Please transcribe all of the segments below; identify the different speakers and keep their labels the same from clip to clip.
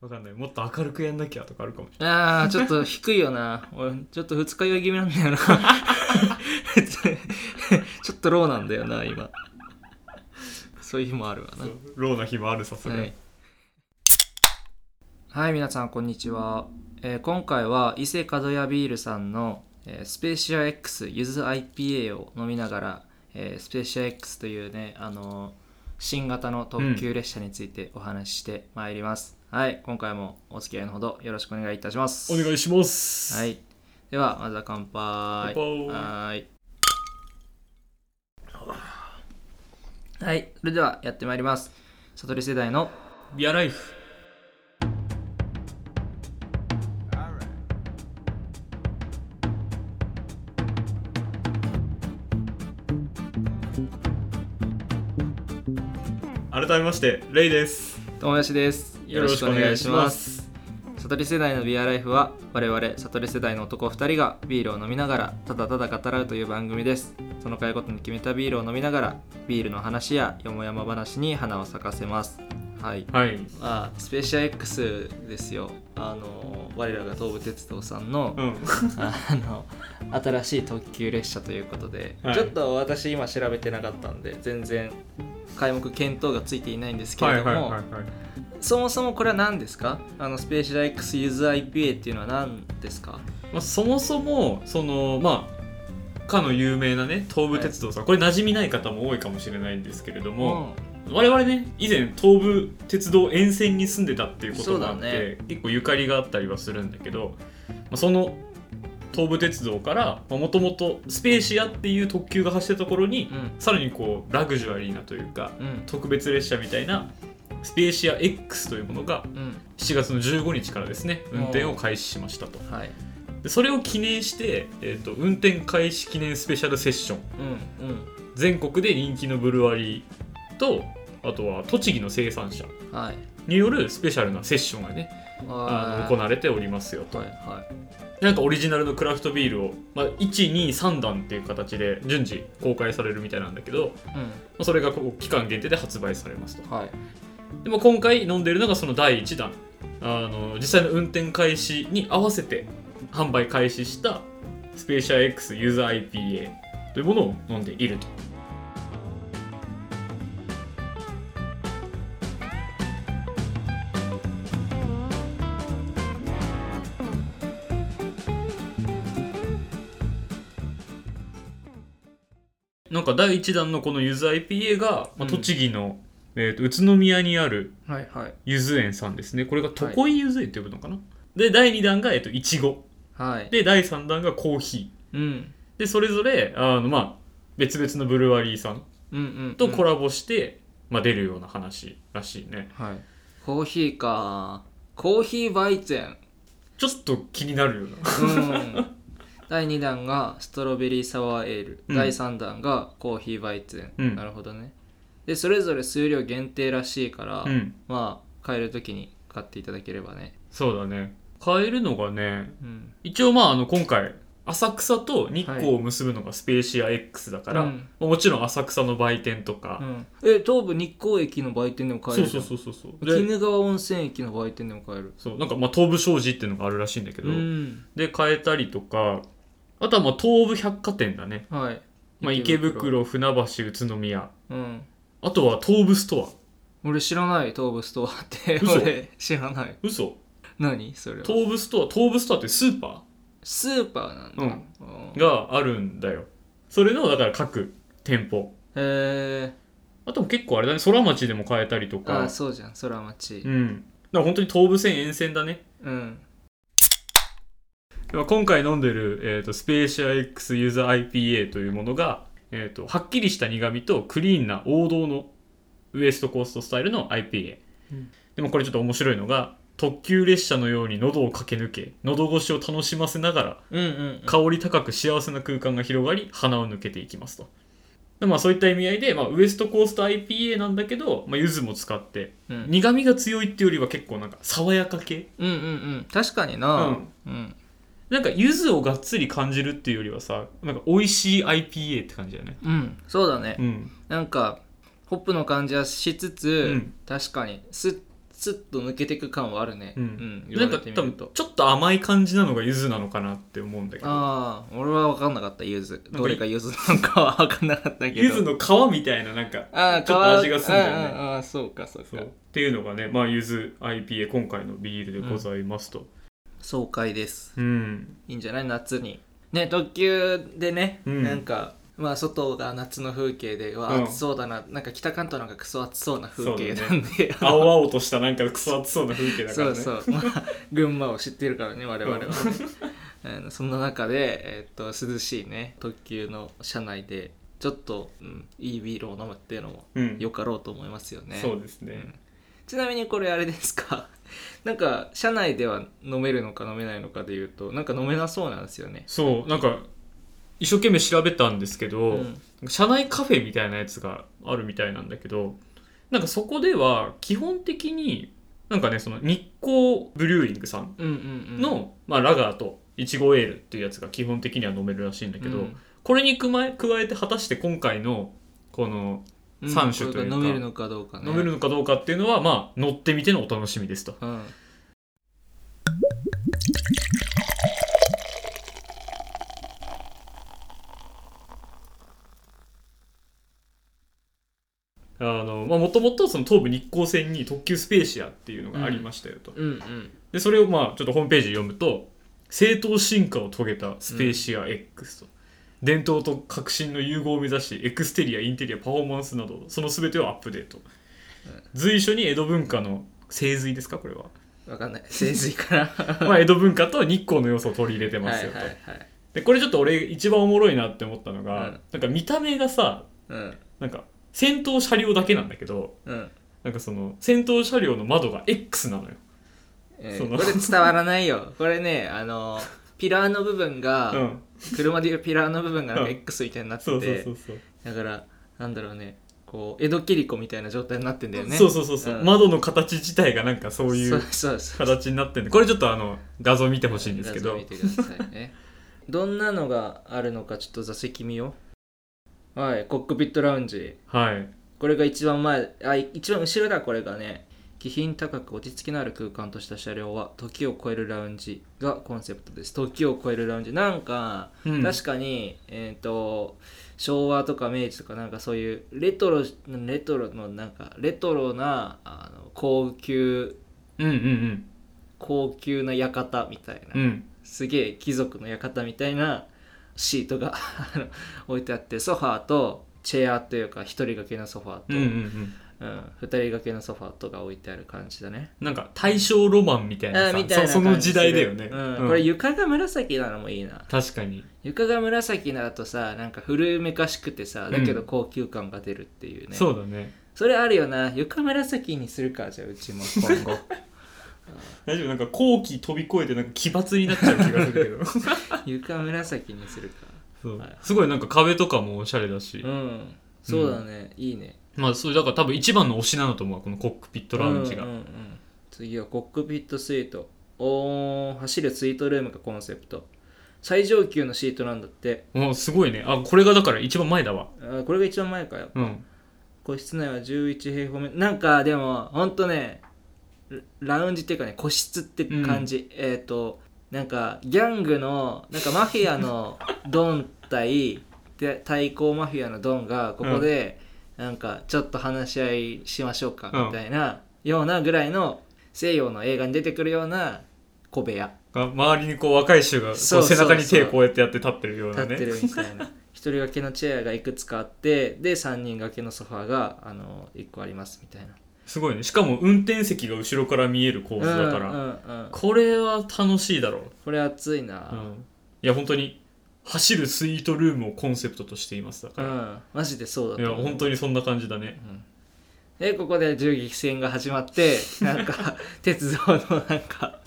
Speaker 1: わかんないもっと明るくやんなきゃとかあるかもしれ
Speaker 2: ああ、ちょっと低いよな。俺、ちょっと二日酔い気味なんだよな。 ちょっとローなんだよな、今。そういう日もあるわな
Speaker 1: ない。そうローな日もあるさすがに、
Speaker 2: はい、はい、皆さんこんにちは、えー今回は伊勢門屋ビールさんの、えースペシア X ゆず IPA を飲みながら、えースペシア X というね、あのー新型の特急列車についてお話ししてまいります、はい今回もお付き合いのほどよろしくお願いいたします
Speaker 1: お願いします
Speaker 2: はいではまずは乾杯
Speaker 1: 乾杯
Speaker 2: はいはいそれではやってまいります悟り世代の
Speaker 1: ビアライフ改めましてレイです
Speaker 2: 友達ですよろしくお願いします悟り世代のビアライフは我々悟り世代の男2人がビールを飲みながらただただ語らうという番組ですその回ごとに決めたビールを飲みながらビールの話やよもやま話に花を咲かせますはい
Speaker 1: はい
Speaker 2: まあスペシャ X ですよあの我らが東武鉄道さんの、
Speaker 1: うん
Speaker 2: あの新しい特急列車ということで、
Speaker 1: はい
Speaker 2: ちょっと私今調べてなかったんで全然開目見当がついていないんですけ
Speaker 1: は
Speaker 2: れ
Speaker 1: いはい
Speaker 2: ど
Speaker 1: は
Speaker 2: も、
Speaker 1: いはい
Speaker 2: そもそもこれは何ですかあのスペーシャル X ユーザー IPA っていうのは何ですか
Speaker 1: まあ、そもそもそのまあかの有名なね東武鉄道さん、これ馴染みない方も多いかもしれないんですけれども、我々ね以前東武鉄道沿線に住んでたっていうこともあっ
Speaker 2: そうだ
Speaker 1: て、結構ゆかりがあったりはするんだけど、まあ、その東武鉄道からもともとスペーシアっていう特急が走ったところに、
Speaker 2: うんうん
Speaker 1: さらにこうラグジュアリーなというか
Speaker 2: うん
Speaker 1: 特別列車みたいなスペーシア X というものが
Speaker 2: うん
Speaker 1: 7月の15日からですね運転を開始しましたと
Speaker 2: はい
Speaker 1: でそれを記念して、えー、と運転開始記念スペシャルセッション
Speaker 2: うんう
Speaker 1: 全国で人気のブルワリーとあとは栃木の生産者
Speaker 2: んはい
Speaker 1: によるスペシャルなセッションがねあの行
Speaker 2: は
Speaker 1: われておりますよ
Speaker 2: い
Speaker 1: と
Speaker 2: は
Speaker 1: なんかオリジナルのクラフトビールを、まあ、123弾っていう形で順次公開されるみたいなんだけど、ま
Speaker 2: いうん
Speaker 1: あ、それがこう期間限定で発売されますと
Speaker 2: はい
Speaker 1: で、まあ、今回飲んでるのがその第1弾あの実際の運転開始に合わせて販売開始したスペーシャー X ユーザー IPA というものを飲んでいるとなんか第1弾のこのゆず IPA が、ま
Speaker 2: う
Speaker 1: あ、
Speaker 2: ん
Speaker 1: 栃木の、えーと宇都宮にある
Speaker 2: はいはい
Speaker 1: ゆず園さんですねこれが床井ゆず園って呼ぶのかな、で第2弾がえっといちご
Speaker 2: はい
Speaker 1: で第3弾がコーヒ
Speaker 2: うん
Speaker 1: ーでそれぞれあのまあ別々のブルワリーさん
Speaker 2: うんうん
Speaker 1: とコ
Speaker 2: れ
Speaker 1: ラボして、まあ、出るような話らしいね
Speaker 2: はいコーヒーかコーヒー売店
Speaker 1: ちょっと気になるような
Speaker 2: うん第2弾がストロベリーサワーエール、
Speaker 1: うん
Speaker 2: 第3弾がコーヒーバイツェン、
Speaker 1: うん
Speaker 2: なるほどねでそれぞれ数量限定らしいから、
Speaker 1: うん
Speaker 2: まあ買える時に買っていただければね
Speaker 1: そうだね買えるのがね
Speaker 2: うん
Speaker 1: 一応まああの今回浅草と日光を結ぶのがスペーシア X だから、
Speaker 2: うん
Speaker 1: まあもちろん浅草の売店と
Speaker 2: う
Speaker 1: か、
Speaker 2: ん、え東武日光駅の売店でも買え
Speaker 1: そ
Speaker 2: る
Speaker 1: うそう
Speaker 2: う
Speaker 1: そうそうそう
Speaker 2: 鬼
Speaker 1: で
Speaker 2: 怒川温泉駅の売店でも買える
Speaker 1: そうなんかまあ東武商事っていうのがあるらしいんだけど、
Speaker 2: うん
Speaker 1: で変えたりとかあとはまあ東武百貨店だね、
Speaker 2: はい
Speaker 1: まあ、池袋船橋宇都宮
Speaker 2: うん
Speaker 1: あとは東武ストア
Speaker 2: 俺知らない東武ストアって
Speaker 1: 嘘
Speaker 2: 俺知らない
Speaker 1: 嘘
Speaker 2: 何それは
Speaker 1: 東武ストア東武ストアってスーパ
Speaker 2: スーパーなんだ、
Speaker 1: うん
Speaker 2: うん
Speaker 1: ーがあるんだよそれのだから各店舗
Speaker 2: へえ
Speaker 1: あとも結構あれだね空町でも変えたりと
Speaker 2: あ
Speaker 1: か
Speaker 2: あそうじゃん空町
Speaker 1: うんだから本当に東武線沿線だね
Speaker 2: うん
Speaker 1: では今回飲んでる、えー、とスペーシア X ユーザー IPA というものが、えー、とはっきりした苦味とクリーンな王道のウエストコーストスタイルの IPA、
Speaker 2: うん
Speaker 1: でもこれちょっと面白いのが特急列車のように喉を駆け抜け喉越しを楽しませながら
Speaker 2: うんうん
Speaker 1: 香り高く幸せな空間が広がり鼻を抜けていきますとでまあ、そういった意味合いで、まあ、ウエストコースト IPA なんだけど、まあ、柚子も使って
Speaker 2: うんうん
Speaker 1: 苦味が強いっていうよりは結構なんか爽やか系
Speaker 2: うんうん確かにな
Speaker 1: うん
Speaker 2: うん
Speaker 1: なんか柚子をがっつり感じるっていうよりはさなんか美味しい IPA って感じだよね
Speaker 2: うんそうだね
Speaker 1: うん
Speaker 2: なんかホップの感じはしつつ、
Speaker 1: うん
Speaker 2: 確かにすっスッと抜けていく感はあるね
Speaker 1: うん
Speaker 2: うん、言
Speaker 1: な
Speaker 2: わ
Speaker 1: んか
Speaker 2: れて
Speaker 1: 多
Speaker 2: みる
Speaker 1: 分
Speaker 2: と
Speaker 1: ちょっと甘い感じなのがゆずなのかなって思うんだけど
Speaker 2: ああ俺は分かんなかったゆず
Speaker 1: んか
Speaker 2: どれがゆずなんかは分かんなかったけど
Speaker 1: ゆずの皮みたいななんか
Speaker 2: ああ
Speaker 1: ちょっと味がするんだよね
Speaker 2: ああああそうかそう
Speaker 1: そ
Speaker 2: か
Speaker 1: うっていうのがねまあゆず IPA 今回のビールでございますと
Speaker 2: 爽快です
Speaker 1: うん、
Speaker 2: いいんじゃない夏にね特急でね、
Speaker 1: うん
Speaker 2: なんかまあ外が夏の風景でうわ
Speaker 1: うん
Speaker 2: 暑そうだな、なんか北関東なんかクソ暑そうな風景
Speaker 1: そう
Speaker 2: な
Speaker 1: だね
Speaker 2: んで、
Speaker 1: 青々としたなんかクソ暑そうな風景だか
Speaker 2: そ
Speaker 1: らね
Speaker 2: うそうまあ群馬を知ってるからね我々はね、 あのそんな中で、えーっと涼しいね特急の車内でちょっと、うん、いいビールを飲むっていうのも
Speaker 1: うん
Speaker 2: よかろうと思いますよね、
Speaker 1: そうですね、
Speaker 2: うんちなみにこれあれですか なんか車内では飲めるのか飲めないのかでいうとなんか飲めなそうなんですよね
Speaker 1: そうなんか一生懸命調べたんですけど、
Speaker 2: うん
Speaker 1: 社内カフェみたいなやつがあるみたいなんだけどなんかそこでは基本的になんかねその日光ブリューイングさん
Speaker 2: うんうんうん
Speaker 1: の、まあ、ラガーといちごエールっていうやつが基本的には飲めるらしいんだけど、
Speaker 2: うん
Speaker 1: これに加え加えて果たして今回のこの
Speaker 2: うん
Speaker 1: 三種というか
Speaker 2: これが飲めるのかどうかね
Speaker 1: 飲めるのかどうかっていうのは、まあ乗ってみてのお楽しみですと。
Speaker 2: うん
Speaker 1: あのまあもともとその東武日光線に特急スペーシアっていうのがありましたよと。
Speaker 2: うんうん
Speaker 1: でそれをまあちょっとホームページ読むと「正当進化を遂げたスペーシア X と」伝統と革新の融合を目指しエクステリアインテリアパフォーマンスなどその全てをアップデート、随所に江戸文化の精髄ですかこれは
Speaker 2: わかんない清水から
Speaker 1: まあ江戸文化と日光の要素を取り入れてますよと、
Speaker 2: はいはいはい
Speaker 1: でこれちょっと俺一番おもろいなって思ったのが、
Speaker 2: うん
Speaker 1: なんか見た目がさ
Speaker 2: うん
Speaker 1: なんか先頭車両だけなんだけど
Speaker 2: うん
Speaker 1: なんかその先頭車両の窓が X なのよ
Speaker 2: えー
Speaker 1: その
Speaker 2: これ伝わらないよこれねあのピラーの部分が、
Speaker 1: うん
Speaker 2: 車でいうピラーの部分がなんか
Speaker 1: うん
Speaker 2: X みたいになってて、
Speaker 1: そうそうそうそう
Speaker 2: だからなんだろうねこう江戸切子みたいな状態になってんだよね
Speaker 1: そうそうそうそう、
Speaker 2: うん
Speaker 1: 窓の形自体がなんかそうい
Speaker 2: そう
Speaker 1: う
Speaker 2: そうそう
Speaker 1: 形になってんでこれちょっとあの画像見てほしいんですけ
Speaker 2: 画
Speaker 1: ど
Speaker 2: 像見てくださいねどんなのがあるのかちょっと座席見よう はいコックピットラウンジ
Speaker 1: はい
Speaker 2: これが一番前あい一番後ろだこれがね気品高く落ち着きのある空間とした車両は時を超えるラウンジがコンセプトです時を超えるラウンジなんか、
Speaker 1: うん
Speaker 2: 確かにえっ、と昭和とか明治とかなんかそういうレトロレトロのなんかレトロなあの高級
Speaker 1: うんうん
Speaker 2: 高級な館みたいな、
Speaker 1: うんうん
Speaker 2: すげえ貴族の館みたいなシートがあの置いてあってソファーとチェアというか一人掛けのソファーと、
Speaker 1: うんうんうん
Speaker 2: うん二人掛けのソファーとか置いてある感じだね。
Speaker 1: なんか大正ロマンみたいな
Speaker 2: あ
Speaker 1: さ
Speaker 2: ーみたいな
Speaker 1: そそ
Speaker 2: 感じ
Speaker 1: の時
Speaker 2: する
Speaker 1: 代だよね、
Speaker 2: うん
Speaker 1: うん
Speaker 2: これ床が紫なのもいいな。
Speaker 1: 確かに
Speaker 2: 床が紫だとさなんか古めかしくてさだけど高級感が出るっていうね、
Speaker 1: そうだね
Speaker 2: それあるよな床紫にするかじゃあうちも今 後
Speaker 1: 大丈夫なんか後期飛び越えてなんか奇抜になっちゃう気がする けど
Speaker 2: 床紫にするか
Speaker 1: そう
Speaker 2: はい
Speaker 1: すごいなんか壁とかもおしゃれだし、
Speaker 2: うんそうだね、いいね
Speaker 1: まあそれだから多分一番の推しなのと思うこのコックピットラウンジが、
Speaker 2: うんうんうん次はコックピットスイートおー走るスイートルームがコンセプト最上級のシートなんだって
Speaker 1: もうすごいねあこれがだから一番前だわ
Speaker 2: あーこれが一番前かよ
Speaker 1: うん
Speaker 2: 個室内は11平方メートルなんかでもほんとねララウンジっていうかね個室って感じ、えっ、となんかギャングのなんかマフィ アのドン対で対抗マフィアのドンがここで、なんかちょっと話し合いしましょうか
Speaker 1: うん
Speaker 2: みたいなようなぐらいの西洋の映画に出てくるような小部屋
Speaker 1: が周りにこう若い衆がこう
Speaker 2: そうそう
Speaker 1: 背
Speaker 2: そう
Speaker 1: 中に手こうやってやって立ってるよう
Speaker 2: 立
Speaker 1: な
Speaker 2: って
Speaker 1: ね
Speaker 2: るみたい な一人掛けのチェアがいくつかあってで3人掛けのソファーがあの1個ありますみたいな
Speaker 1: すごいねしかも運転席が後ろから見える構図だから、
Speaker 2: うんうんうん
Speaker 1: これは楽しいだろう、
Speaker 2: これ熱いうな、
Speaker 1: ん、いや本当に走るスイートルームをコンセプトとしていますだ
Speaker 2: う
Speaker 1: か
Speaker 2: ん
Speaker 1: ら、
Speaker 2: マジでそうだ
Speaker 1: いや本当
Speaker 2: に
Speaker 1: にそんな感じだね
Speaker 2: でここで銃撃戦が始ま ってなんか鉄道のなんか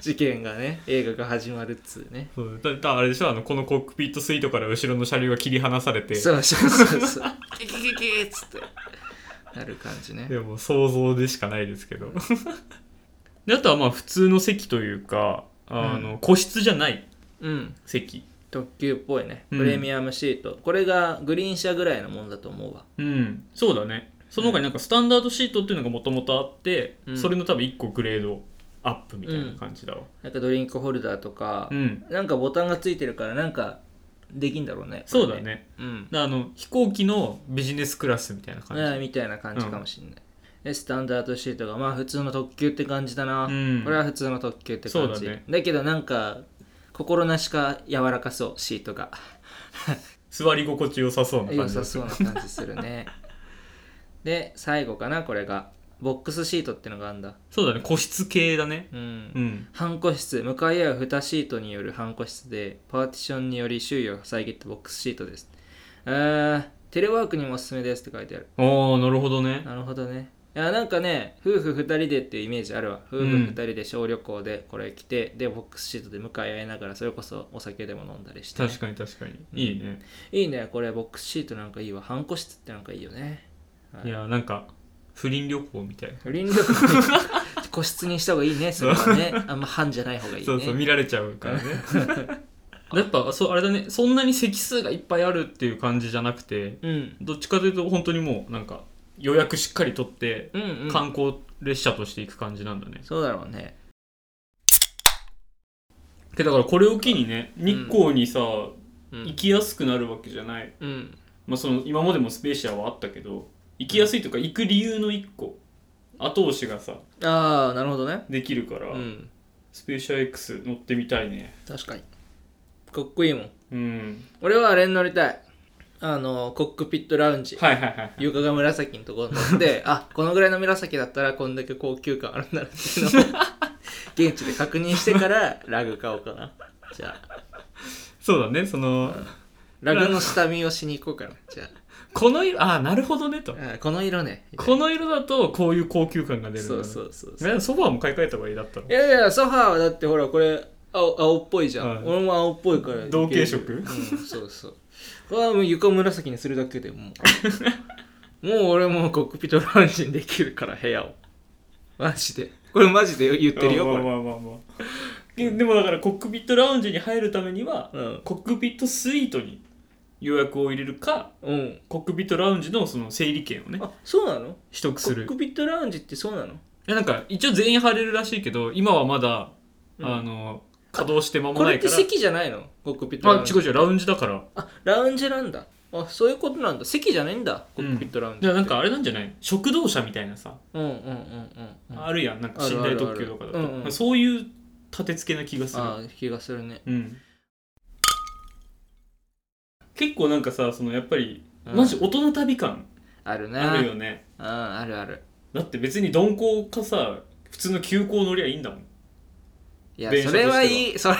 Speaker 2: 事件がね映画が始まるっつうね
Speaker 1: そうだだあれでしょあのこのコックピットスイートから後ろの車両が切り離されて
Speaker 2: そうそうそうそう「 キキキキ」っつってなる感じね
Speaker 1: でも想像でしかないですけど であとはまあ普通の席というかあの、個室じゃない
Speaker 2: うん
Speaker 1: 席
Speaker 2: 特急っぽいね
Speaker 1: うん
Speaker 2: プレミアムシート、これがグリーン車ぐらいのもんだと思うわ
Speaker 1: うんそうだねその他になんかスタンダードシートっていうのがもともとあって、
Speaker 2: うん
Speaker 1: それの多分1個グレードアップみたいな感じだわ
Speaker 2: なんかドリンクホルダーとか
Speaker 1: うん、、
Speaker 2: なんかボタンがついてるからなんかできんだろうね
Speaker 1: そうだね
Speaker 2: うん
Speaker 1: だからあの飛行機のビジネスクラスみたいな感じ、
Speaker 2: ねみたいな感じかもしれない、でスタンダードシートがまあ普通の特急って感じだな、
Speaker 1: うん
Speaker 2: これは普通の特急って感
Speaker 1: そ
Speaker 2: じ
Speaker 1: う
Speaker 2: だ,、
Speaker 1: だね
Speaker 2: けどなんか心なしか柔らかそうシートが
Speaker 1: 座り心地良さそうな感
Speaker 2: 良
Speaker 1: じが
Speaker 2: さ
Speaker 1: す
Speaker 2: そ
Speaker 1: る
Speaker 2: うな感じす るねで最後かなこれがボックスシートってのがあるんだ
Speaker 1: そうだね個室系だね
Speaker 2: うん
Speaker 1: うん
Speaker 2: ハンコ室向かい合う2シートによるハンコ室でパーティションにより周囲を遮ったボックスシートですえーテレワークにもおすすめですって書いてある
Speaker 1: ああなるほどね
Speaker 2: なるほどねいやなんかね夫婦2人でっていうイメージあるわ夫婦2人で小旅行でこれ来て、でボックスシートで向かい合いながらそれこそお酒でも飲んだりして、
Speaker 1: 確かに確かにいいね、
Speaker 2: いいねこれボックスシートなんかいいわハンコ室ってなんかいいよねはい
Speaker 1: いやなんか不倫旅行みたいな、
Speaker 2: 倫理力 個室にした方がいいねそれはねあんま半じゃない方がいいね
Speaker 1: そうそう見られちゃうからね やっぱそうあれだねそんなに席数がいっぱいあるっていう感じじゃなくて
Speaker 2: うん
Speaker 1: どっちかというと本当にもうなんか予約しっかり取って
Speaker 2: うんうん
Speaker 1: 観光列車として行く感じなんだね、
Speaker 2: そうだろうね
Speaker 1: けどだからこれを機にね日光にさ、
Speaker 2: う
Speaker 1: 行
Speaker 2: ん、
Speaker 1: きやすくなるわけじゃない、
Speaker 2: うん、
Speaker 1: まあ、その今までもスペーシアはあったけど行きやすいというか行く理由の一個後押しがさ
Speaker 2: ああなるほどね
Speaker 1: できるから、
Speaker 2: うん
Speaker 1: スペーシア X 乗ってみたいね
Speaker 2: 確かにかっこいいもん
Speaker 1: うん
Speaker 2: 俺はあれに乗りたいあのコックピットラウンジ、
Speaker 1: はいはいはいはい
Speaker 2: 床が紫のところに乗って あこのぐらいの紫だったらこんだけ高級感あるんだなっていうのを現地で確認し てからラグ買おうかなじゃあ
Speaker 1: そうだねその、
Speaker 2: ラグの下見をしに行こうかなじゃあ
Speaker 1: この色ああなるほどねと、
Speaker 2: あーこの色ね
Speaker 1: この色だとこういう高級感が出るんだ
Speaker 2: そ
Speaker 1: ね
Speaker 2: うそうそうそう
Speaker 1: ねソファーも買い替えた方がいいだったら
Speaker 2: いやいやソファーはだってほらこれ青青っぽいじゃん、
Speaker 1: はい
Speaker 2: 俺も青っぽいから
Speaker 1: 同系色
Speaker 2: うんそうそうこれはもう床紫にするだけで もうもう俺もうコックピットラウンジにできるから部屋をマジでこれマジで言ってるよ
Speaker 1: あ
Speaker 2: こ
Speaker 1: まあ
Speaker 2: れ
Speaker 1: まあまあまあででもだからコックピットラウンジに入るためには、
Speaker 2: うん
Speaker 1: コックピットスイートに予約を入れるか
Speaker 2: うん
Speaker 1: コックピットラウンジのその整理券をね
Speaker 2: あそうなの
Speaker 1: 取得
Speaker 2: コ
Speaker 1: す
Speaker 2: ッ
Speaker 1: る
Speaker 2: クピットラウンジってそうなの
Speaker 1: いやなんか一応全員入れるらしいけど今はまだ、
Speaker 2: うん
Speaker 1: あの稼働して間も
Speaker 2: こ
Speaker 1: な
Speaker 2: れ
Speaker 1: い
Speaker 2: っ
Speaker 1: か
Speaker 2: て
Speaker 1: ら
Speaker 2: 席じゃないのコックピットラウ
Speaker 1: あ
Speaker 2: ンジ
Speaker 1: 違う違うラウンジだから
Speaker 2: あラウンジなんだあそういうことなんだ席じゃないんだコックピットラウンジ
Speaker 1: じゃ
Speaker 2: っ
Speaker 1: あ
Speaker 2: て、
Speaker 1: なんかあれなんじゃない食堂車みたいなさ、
Speaker 2: うんうんうんうんうん
Speaker 1: あるやんなんか寝
Speaker 2: ある
Speaker 1: 台
Speaker 2: あるあ
Speaker 1: 特
Speaker 2: る
Speaker 1: 急とかだと、
Speaker 2: うんうん
Speaker 1: そういう立て付けな気がする
Speaker 2: あー気がするね
Speaker 1: うん結構なんかさそのやっぱり、
Speaker 2: うん
Speaker 1: マジ大人旅感
Speaker 2: あるね
Speaker 1: あるよね
Speaker 2: うんあるある
Speaker 1: だって別に鈍行かさ普通の急行乗りゃいいんだもん
Speaker 2: いや
Speaker 1: 電車
Speaker 2: そ
Speaker 1: として
Speaker 2: れ
Speaker 1: は
Speaker 2: はいいそれ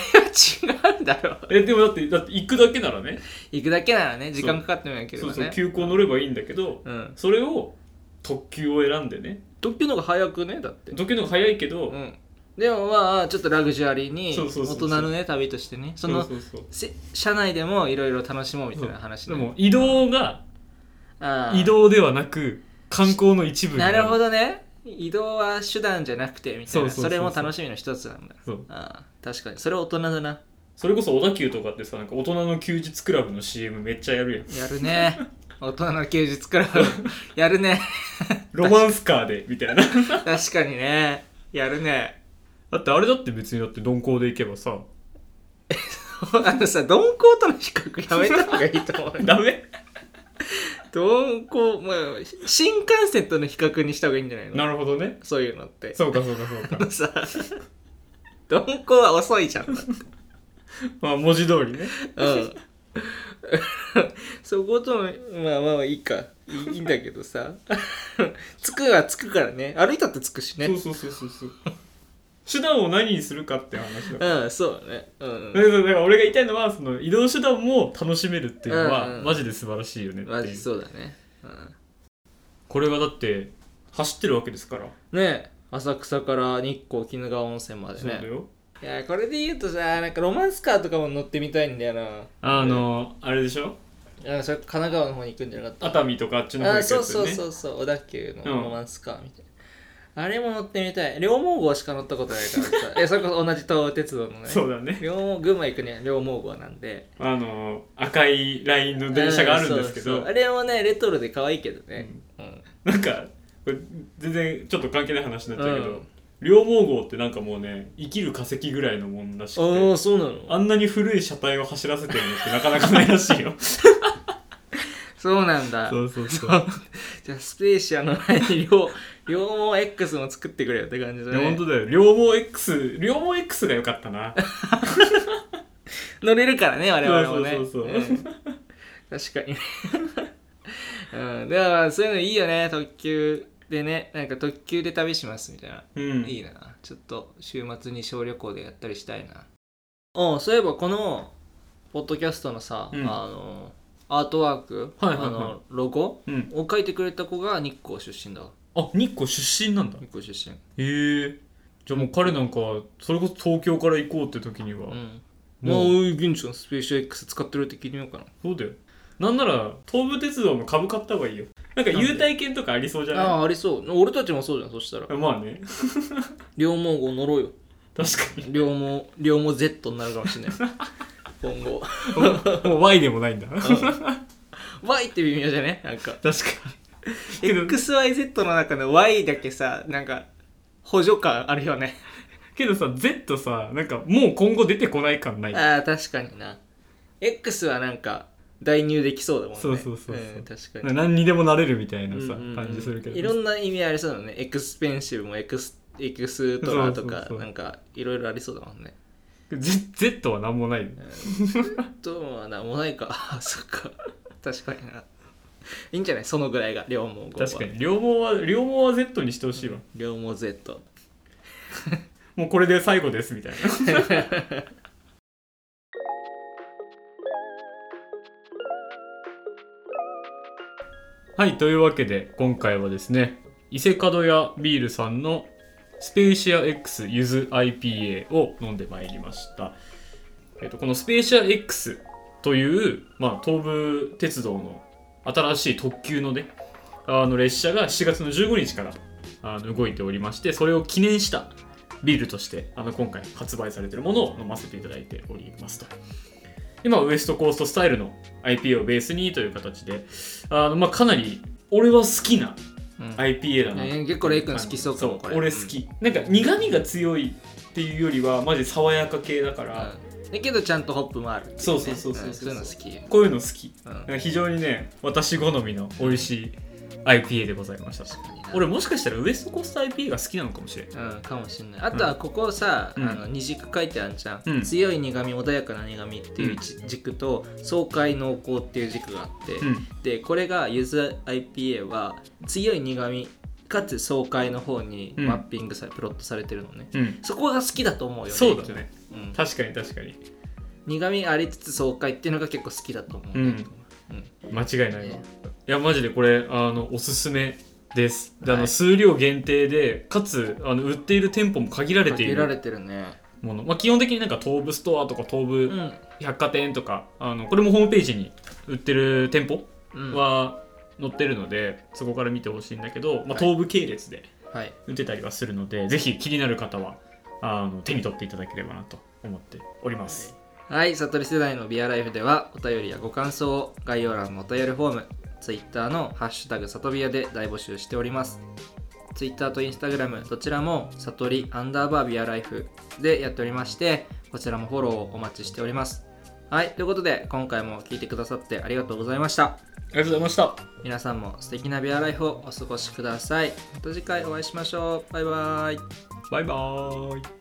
Speaker 2: は違うんだろう
Speaker 1: えでもだってだって行くだけならね
Speaker 2: 行くだけならね時間かかってもやけど
Speaker 1: そう
Speaker 2: ね
Speaker 1: そう急行乗ればいいんだけど、
Speaker 2: うん
Speaker 1: それを特急を選んでね
Speaker 2: 特急の方が早くねだって
Speaker 1: 時の方が早いけど、
Speaker 2: うんでもまあちょっとラグジュアリーに
Speaker 1: そう
Speaker 2: 大
Speaker 1: そうそうそ
Speaker 2: 人
Speaker 1: う
Speaker 2: のね旅としてねその
Speaker 1: そうそうそう
Speaker 2: せ車内でもいろいろ楽しもうみたいな話
Speaker 1: で
Speaker 2: ね
Speaker 1: も移動が
Speaker 2: あー
Speaker 1: 移動ではなく観光の一部に
Speaker 2: なるほ
Speaker 1: ど
Speaker 2: どね移動は手段じゃなくてみたい
Speaker 1: そう
Speaker 2: な
Speaker 1: そうそうそう
Speaker 2: それも楽しみの一つなんだ
Speaker 1: そう
Speaker 2: あー確かにそれは大人だな
Speaker 1: それこそ小田急とかってさなんか大人の休日クラブの CM めっちゃやるやん
Speaker 2: や るね大人の休日クラブやるね
Speaker 1: ロマンスカーでみたいな
Speaker 2: 確かにねやるね
Speaker 1: だってあれだって別にだって鈍行で行けばさ
Speaker 2: あのさ、鈍行との比較やめた方がいいと思 う。
Speaker 1: ダメ
Speaker 2: 鈍行、まあ、し新幹線との比較にした方がいいんじゃないの
Speaker 1: なるほどね
Speaker 2: そういうのって。
Speaker 1: そうかそうかそう
Speaker 2: あの
Speaker 1: か
Speaker 2: さ、 鈍行は遅いじゃん。だって
Speaker 1: まあ文字通りね
Speaker 2: うん。そことも、まあまあいいか。いいいいんだけどさ。着くは着くからね。歩いたって着くしね。
Speaker 1: そうそうそうそうそう 手段を何にするかって話だ
Speaker 2: うん、そうだね。うん
Speaker 1: だからだから俺が言いたいのはその移動手段も楽しめるっていうのは、
Speaker 2: うんうん
Speaker 1: マジで素晴らしいよねっ
Speaker 2: うん。
Speaker 1: ていう
Speaker 2: マジそうだね。うん
Speaker 1: これがだって走ってるわけですから、
Speaker 2: ねえ浅草から日光鬼怒川温泉まで
Speaker 1: そう
Speaker 2: ね
Speaker 1: だ。よ
Speaker 2: いやこれで言うとさなんかロマンスカーとかも乗ってみたいんだよな
Speaker 1: あの、あれでしょ
Speaker 2: あそれ神奈川の方に行くんじゃなかった
Speaker 1: 熱海とかあっちの方
Speaker 2: あ
Speaker 1: 行くやつ
Speaker 2: そ
Speaker 1: よ
Speaker 2: う
Speaker 1: ね
Speaker 2: そうそうそう小田急の
Speaker 1: うん
Speaker 2: ロマンスカーみたいな、あれも乗ってみたい両毛号しか乗ったことないから さえそれこそ同じ東武鉄道のね
Speaker 1: そうだね
Speaker 2: 両毛群馬行くには両毛号なんで
Speaker 1: あの赤いラインの電車があるんですけ
Speaker 2: う
Speaker 1: ど、
Speaker 2: そうそうあれもねレトロで可愛いけどね、うん
Speaker 1: なんかこれ全然ちょっと関係ない話になっちゃうけど、
Speaker 2: うん
Speaker 1: 両毛号ってなんかもうね生きる化石ぐらいのもんらしく
Speaker 2: あ
Speaker 1: て
Speaker 2: あそうなの
Speaker 1: あんなに古い車体を走らせてるのってなかなかないらしいよ
Speaker 2: そうなんだ
Speaker 1: う そう
Speaker 2: そう じゃあスペーシアの前に両両毛 X も作ってくれよって感じだ
Speaker 1: いや
Speaker 2: ね
Speaker 1: 本当だよ両毛 X 両毛 X が良かったな
Speaker 2: 乗れるからね我々もね
Speaker 1: そうそうそう
Speaker 2: うん確かに ねうんでもそういうのいいよね特急でねなんか特急で旅しますみたいな、
Speaker 1: うん
Speaker 2: いいなちょっと週末に小旅行でやったりしたいなうんそういえばこのポッドキャストのさ、
Speaker 1: うん
Speaker 2: あのアートワーク、
Speaker 1: はいはいはい
Speaker 2: あのロゴ
Speaker 1: うん、
Speaker 2: を書いてくれた子が日光出身だわ
Speaker 1: あ日光出身なんだ
Speaker 2: 日光出身
Speaker 1: へえじゃあもう彼なんかそれこそ東京から行こうって時には、
Speaker 2: うん
Speaker 1: もう
Speaker 2: もう銀ちゃんスペーシア X 使ってるって聞いてみようかな
Speaker 1: そうだよなんなら東武鉄道の株買った方がいいよなんか優待券とかありそうじゃ
Speaker 2: あ
Speaker 1: な
Speaker 2: あありそう俺たちもそうじゃんそしたら
Speaker 1: いまあ ね
Speaker 2: 両毛号乗ろうよ
Speaker 1: 確かに
Speaker 2: 両毛両毛 Z になるかもしれない今後
Speaker 1: もう Y でもないんだ確か
Speaker 2: Y って微妙じゃねなんか
Speaker 1: にけど
Speaker 2: XYZ の中の Y だけさなんか補助感あるよね
Speaker 1: けどさ Z さなんかもう今後出てこない感ない
Speaker 2: ああ確かにな X はなんか代入できそうだもんね
Speaker 1: そうそうそうそうん
Speaker 2: 確かに
Speaker 1: 何にでもなれるみたいな
Speaker 2: うん
Speaker 1: さ
Speaker 2: うんうん
Speaker 1: 感じするけど
Speaker 2: いろんな意味ありそうだねエクスペンシブもエクスエクストラとか
Speaker 1: そうそうそう
Speaker 2: なんかいろいろありそうだもんね
Speaker 1: Z, Z は何もない
Speaker 2: どうはなんもないかあそっか確かにないいんじゃないそのぐらいが両毛号は
Speaker 1: 確かに両毛は両毛は Z にしてほしいわ、
Speaker 2: 両毛 Z
Speaker 1: もうこれで最後ですみたいなはいというわけで今回はですね伊勢門屋ビールさんのスペーシア X ゆず IPA を飲んでまいりました、えっとこのスペーシア X という、まあ、東武鉄道の新しい特急のねあの列車が7月の15日からあの動いておりましてそれを記念したビールとしてあの今回発売されているものを飲ませていただいておりますと。でまあ、ウエストコーストスタイルの IPA をベースにという形であの、まあ、かなり俺は好きな
Speaker 2: うん
Speaker 1: IPA だな、
Speaker 2: ね結構レイ君好きそうかもこれ
Speaker 1: 俺好き、なんか苦味が強いっていうよりはマジ爽やか系だから、
Speaker 2: うんだけどちゃんとホップもあるっていね
Speaker 1: そうそうそうそう
Speaker 2: うんそういうの好き
Speaker 1: こういうの好き
Speaker 2: う
Speaker 1: なん
Speaker 2: ん
Speaker 1: か非常にね私好みの美味しい IPA でございました
Speaker 2: 確かにな
Speaker 1: 俺もしかしたらウエストコースト IPA が好きなのかもしれない
Speaker 2: うん、かもしれないあとはここさ、
Speaker 1: うん
Speaker 2: あの二軸書いてあるじゃん、
Speaker 1: うん
Speaker 2: 強い苦味穏やかな苦味っていう一軸と、爽快濃厚っていう軸があって、
Speaker 1: うん
Speaker 2: でこれがゆず IPA は強い苦味かつ爽快の方に
Speaker 1: うん
Speaker 2: マッピングされ、プロットされてるのね
Speaker 1: うん
Speaker 2: そこが好きだと思うよ
Speaker 1: そうだね
Speaker 2: うん
Speaker 1: 確かに確かに
Speaker 2: 苦味ありつつ爽快っていうのが結構好きだと思
Speaker 1: う
Speaker 2: う、
Speaker 1: ん
Speaker 2: うん
Speaker 1: 間違いないわい
Speaker 2: ね
Speaker 1: やマジでこれあのおすすめですであ
Speaker 2: は
Speaker 1: の
Speaker 2: い
Speaker 1: 数量限定でかつあの売っている店舗も限られてい
Speaker 2: 限ら
Speaker 1: る
Speaker 2: れてるね
Speaker 1: もの、まあ、基本的になんか東武ストアとか東
Speaker 2: う
Speaker 1: 武
Speaker 2: ん、
Speaker 1: 百貨店とかあのこれもホームページに売ってる店舗
Speaker 2: うん、は
Speaker 1: は載ってるのでそこから見てほしいんだけど、まあ、東武系列で
Speaker 2: い
Speaker 1: 売ってたりはするのでぜひ気になる方はあの手に取っていただければなと思っております
Speaker 2: はい、悟り世代のビアライフではお便りやご感想を概要欄のお便りフォーム、Twitter のハッシュタグサトビアで大募集しております。Twitter と Instagram どちらも悟りアンダーバービアライフでやっておりまして、こちらもフォローをお待ちしております。はい、ということで今回も聞いてくださってありがとうございました。
Speaker 1: ありがとうございました
Speaker 2: 皆さんも素敵なビアライフをお過ごしください。また次回お会いしましょう。バイバイ。
Speaker 1: バイバーイ